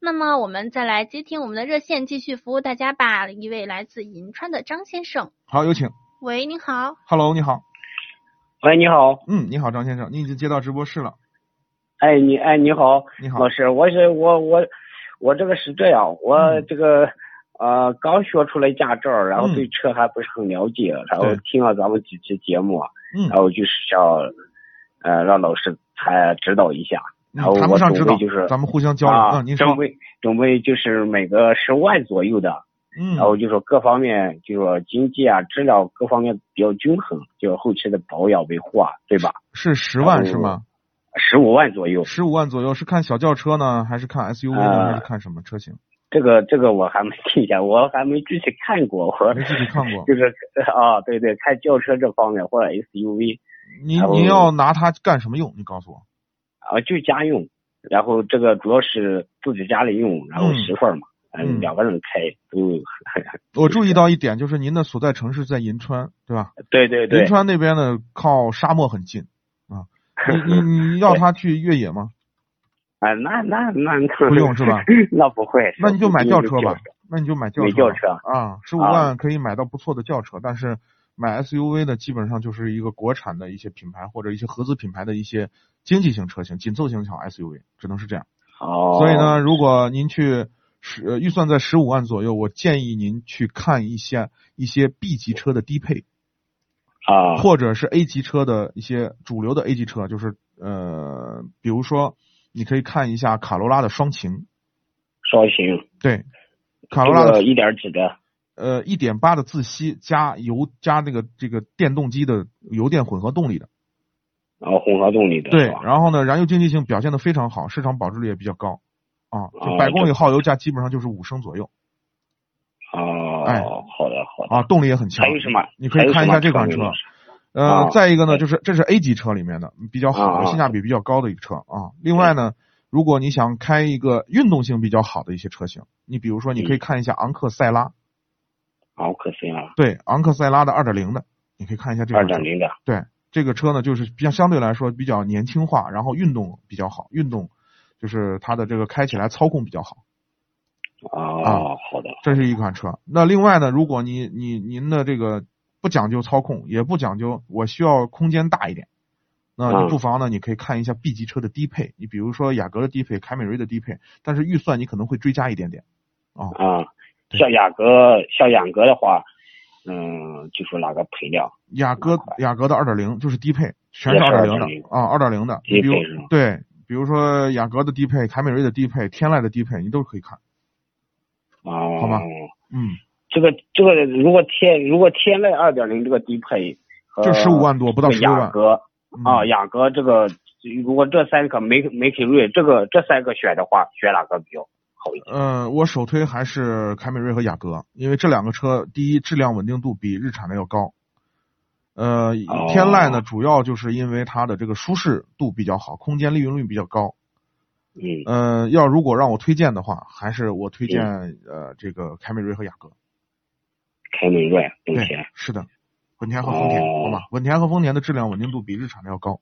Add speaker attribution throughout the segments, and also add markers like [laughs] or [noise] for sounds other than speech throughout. Speaker 1: 那么我们再来接听我们的热线，继续服务大家吧。一位来自银川的张先生，
Speaker 2: 好，有请。
Speaker 1: 喂，您好，
Speaker 2: Hello，你好。
Speaker 3: 喂，你好，
Speaker 2: 嗯，你好，张先生，你已经接到直播室了。
Speaker 3: 哎，你哎，你好，
Speaker 2: 你好
Speaker 3: 老，师，我是我我我这个是这样，我
Speaker 2: 嗯
Speaker 3: 这个、呃刚学出来驾照，然后
Speaker 2: 嗯
Speaker 3: 对车还不是很了解，然后
Speaker 2: 对
Speaker 3: 听了咱们几期节目，啊
Speaker 2: 嗯
Speaker 3: 然，后就是想呃让老师才指导一下，然后
Speaker 2: 嗯谈不
Speaker 3: 我
Speaker 2: 上
Speaker 3: 准
Speaker 2: 指
Speaker 3: 备
Speaker 2: 导，
Speaker 3: 就是
Speaker 2: 咱们互相交流。
Speaker 3: 啊
Speaker 2: 嗯，您
Speaker 3: 准
Speaker 2: 说，
Speaker 3: 备准备就是每个十万左右的，
Speaker 2: 嗯
Speaker 3: 然后就说各方面就说经济啊质量各方面比较均衡，就后期的保养维护啊，对吧？
Speaker 2: 是十万是吗？
Speaker 3: 十五万左右，
Speaker 2: 十五万左右是看小轿车呢，还是看 SUV 呢，
Speaker 3: 呃
Speaker 2: 还是看什么车
Speaker 3: [laughs]
Speaker 2: 型？
Speaker 3: 这个这个我还没听见，我还没具体看过，我。
Speaker 2: 没具体看过
Speaker 3: [laughs] 就是啊，对对，看轿车这方面或者 SUV
Speaker 2: 您
Speaker 3: 然后
Speaker 2: 您要拿它干什么用？你告诉我。
Speaker 3: 啊，就家用，然后这个主要是自己家里用，然后
Speaker 2: 嗯
Speaker 3: 媳妇儿嘛，
Speaker 2: 嗯
Speaker 3: 两个人开都，
Speaker 2: 我注意到一点，就是您的所在城市在银川，对吧？
Speaker 3: 对对哎对
Speaker 2: 银，川那边呢，靠沙漠很近啊。你你你
Speaker 3: [laughs]
Speaker 2: 要它去越野吗？
Speaker 3: 啊，那那那
Speaker 2: 不用是吧？
Speaker 3: [laughs] 那不会，
Speaker 2: 那你就买轿车
Speaker 3: 轿
Speaker 2: 吧，那你就买轿
Speaker 3: 买
Speaker 2: 车
Speaker 3: 轿
Speaker 2: 吧。
Speaker 3: 车
Speaker 2: 啊，十五
Speaker 3: 啊
Speaker 2: 万可以买到不错的轿车，但是买 SUV 的基本上就是一个国产的一些品牌或者一些合资品牌的一些经济型车型、紧凑型小 SUV，只能是这样。
Speaker 3: 哦，
Speaker 2: 所以呢，如果您去十呃预算在十五万左右，我建议您去看一下一些 B 级车的低配，
Speaker 3: 啊，
Speaker 2: 或者是 A 级车的一些主流的 A 级车，就是呃，比如说你可以看一下卡罗拉的双擎，
Speaker 3: 双擎，
Speaker 2: 对，卡罗拉
Speaker 3: 这
Speaker 2: 的
Speaker 3: 个一点几的，
Speaker 2: 呃一点八的自吸加油加那个这个电动机的油电混合动力的，
Speaker 3: 然后混合啊动力的，
Speaker 2: 对
Speaker 3: 是，吧
Speaker 2: 然后呢，燃油经济性表现的非常好，市场保值率也比较高，啊，就
Speaker 3: 哦
Speaker 2: 百公
Speaker 3: 这
Speaker 2: 里耗油价基本上就是五升左右，
Speaker 3: 哦，
Speaker 2: 哎
Speaker 3: 好的好的，
Speaker 2: 啊，动力也很强
Speaker 3: 还。有什么？
Speaker 2: 你可以看一下这款车
Speaker 3: 还有什么
Speaker 2: 呃
Speaker 3: 啊，
Speaker 2: 再一个呢，
Speaker 3: 对
Speaker 2: 就是这是 A 级车里面的比较好的
Speaker 3: 啊
Speaker 2: 性价比比较高的一个车啊。另外呢，如果你想开一个运动性比较好的一些车型，你比如说你
Speaker 3: 嗯
Speaker 2: 可以看一下昂克赛拉，
Speaker 3: 昂克赛拉
Speaker 2: 对，昂克赛拉的二点零的，你可以看一下这
Speaker 3: 二
Speaker 2: 款
Speaker 3: 点
Speaker 2: 车。
Speaker 3: 零的，
Speaker 2: 对，这个车呢，就是比较相对来说比较年轻化，然后运动比较好，运动就是它的这个开起来操控比较好，啊
Speaker 3: 哦，好的，
Speaker 2: 这是一款车。那另外呢，如果你你您的这个不讲究操控，也不讲究我需要空间大一点，那你
Speaker 3: 嗯
Speaker 2: 不妨呢，你可以看一下 B 级车的低配，你比如说雅阁的低配、凯美瑞的低配，但是预算你可能会追加一点点。
Speaker 3: 啊，
Speaker 2: 对
Speaker 3: 像雅阁，像雅阁的话，嗯，就说哪个配料
Speaker 2: 雅阁雅阁的二点零就是低配，全是
Speaker 3: 嗯也是
Speaker 2: 二点零的
Speaker 3: 2.0
Speaker 2: 啊，二点零的。你
Speaker 3: 低
Speaker 2: 比如
Speaker 3: 配是吗
Speaker 2: 对，比如说雅阁的低配、凯美瑞的低配、天籁的低配，你都可以看。
Speaker 3: 啊？
Speaker 2: 好吧嗯，
Speaker 3: 这个这个，如果天如果天籁二点零这个低配，和
Speaker 2: 就十五万多，不到
Speaker 3: 这
Speaker 2: 十
Speaker 3: 个
Speaker 2: 六
Speaker 3: 雅
Speaker 2: 万。
Speaker 3: 阁
Speaker 2: 嗯
Speaker 3: 啊，雅阁这个，如果这三个梅梅凯瑞这个这三个选的话，选哪个比较好一点？
Speaker 2: 呃，我首推还是凯美瑞和雅阁，因为这两个车，第一质量稳定度比日产的要高。呃，天籁
Speaker 3: 哦
Speaker 2: 呢，主要就是因为它的这个舒适度比较好，空间利用率比较高。
Speaker 3: 嗯，
Speaker 2: 呃，要如果让我推荐的话，还是我推荐、
Speaker 3: 嗯
Speaker 2: 呃这个凯美瑞和雅阁。
Speaker 3: 凯美瑞本
Speaker 2: 对
Speaker 3: 田，
Speaker 2: 是的，本田和丰田，
Speaker 3: 哦
Speaker 2: 好吧，本田和丰田的质量稳定度比日产的要高。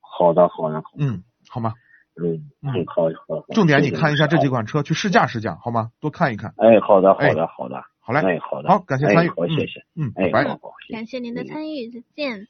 Speaker 3: 好的好的，好的
Speaker 2: 嗯，好吗？
Speaker 3: 嗯，
Speaker 2: 嗯
Speaker 3: 很好好。好
Speaker 2: 重点你看一下这几
Speaker 3: 好
Speaker 2: 款车，去试驾试驾，好吗？多看一看。
Speaker 3: 哎，好的，
Speaker 2: 哎
Speaker 3: 好的，好的，
Speaker 2: 好嘞，
Speaker 3: 哎，好的，
Speaker 2: 好，感谢参与，
Speaker 3: 哎好，谢谢，
Speaker 2: 嗯，嗯，
Speaker 3: 哎，
Speaker 2: 拜拜。
Speaker 3: 好，好谢谢
Speaker 1: 感谢您的参与，再见。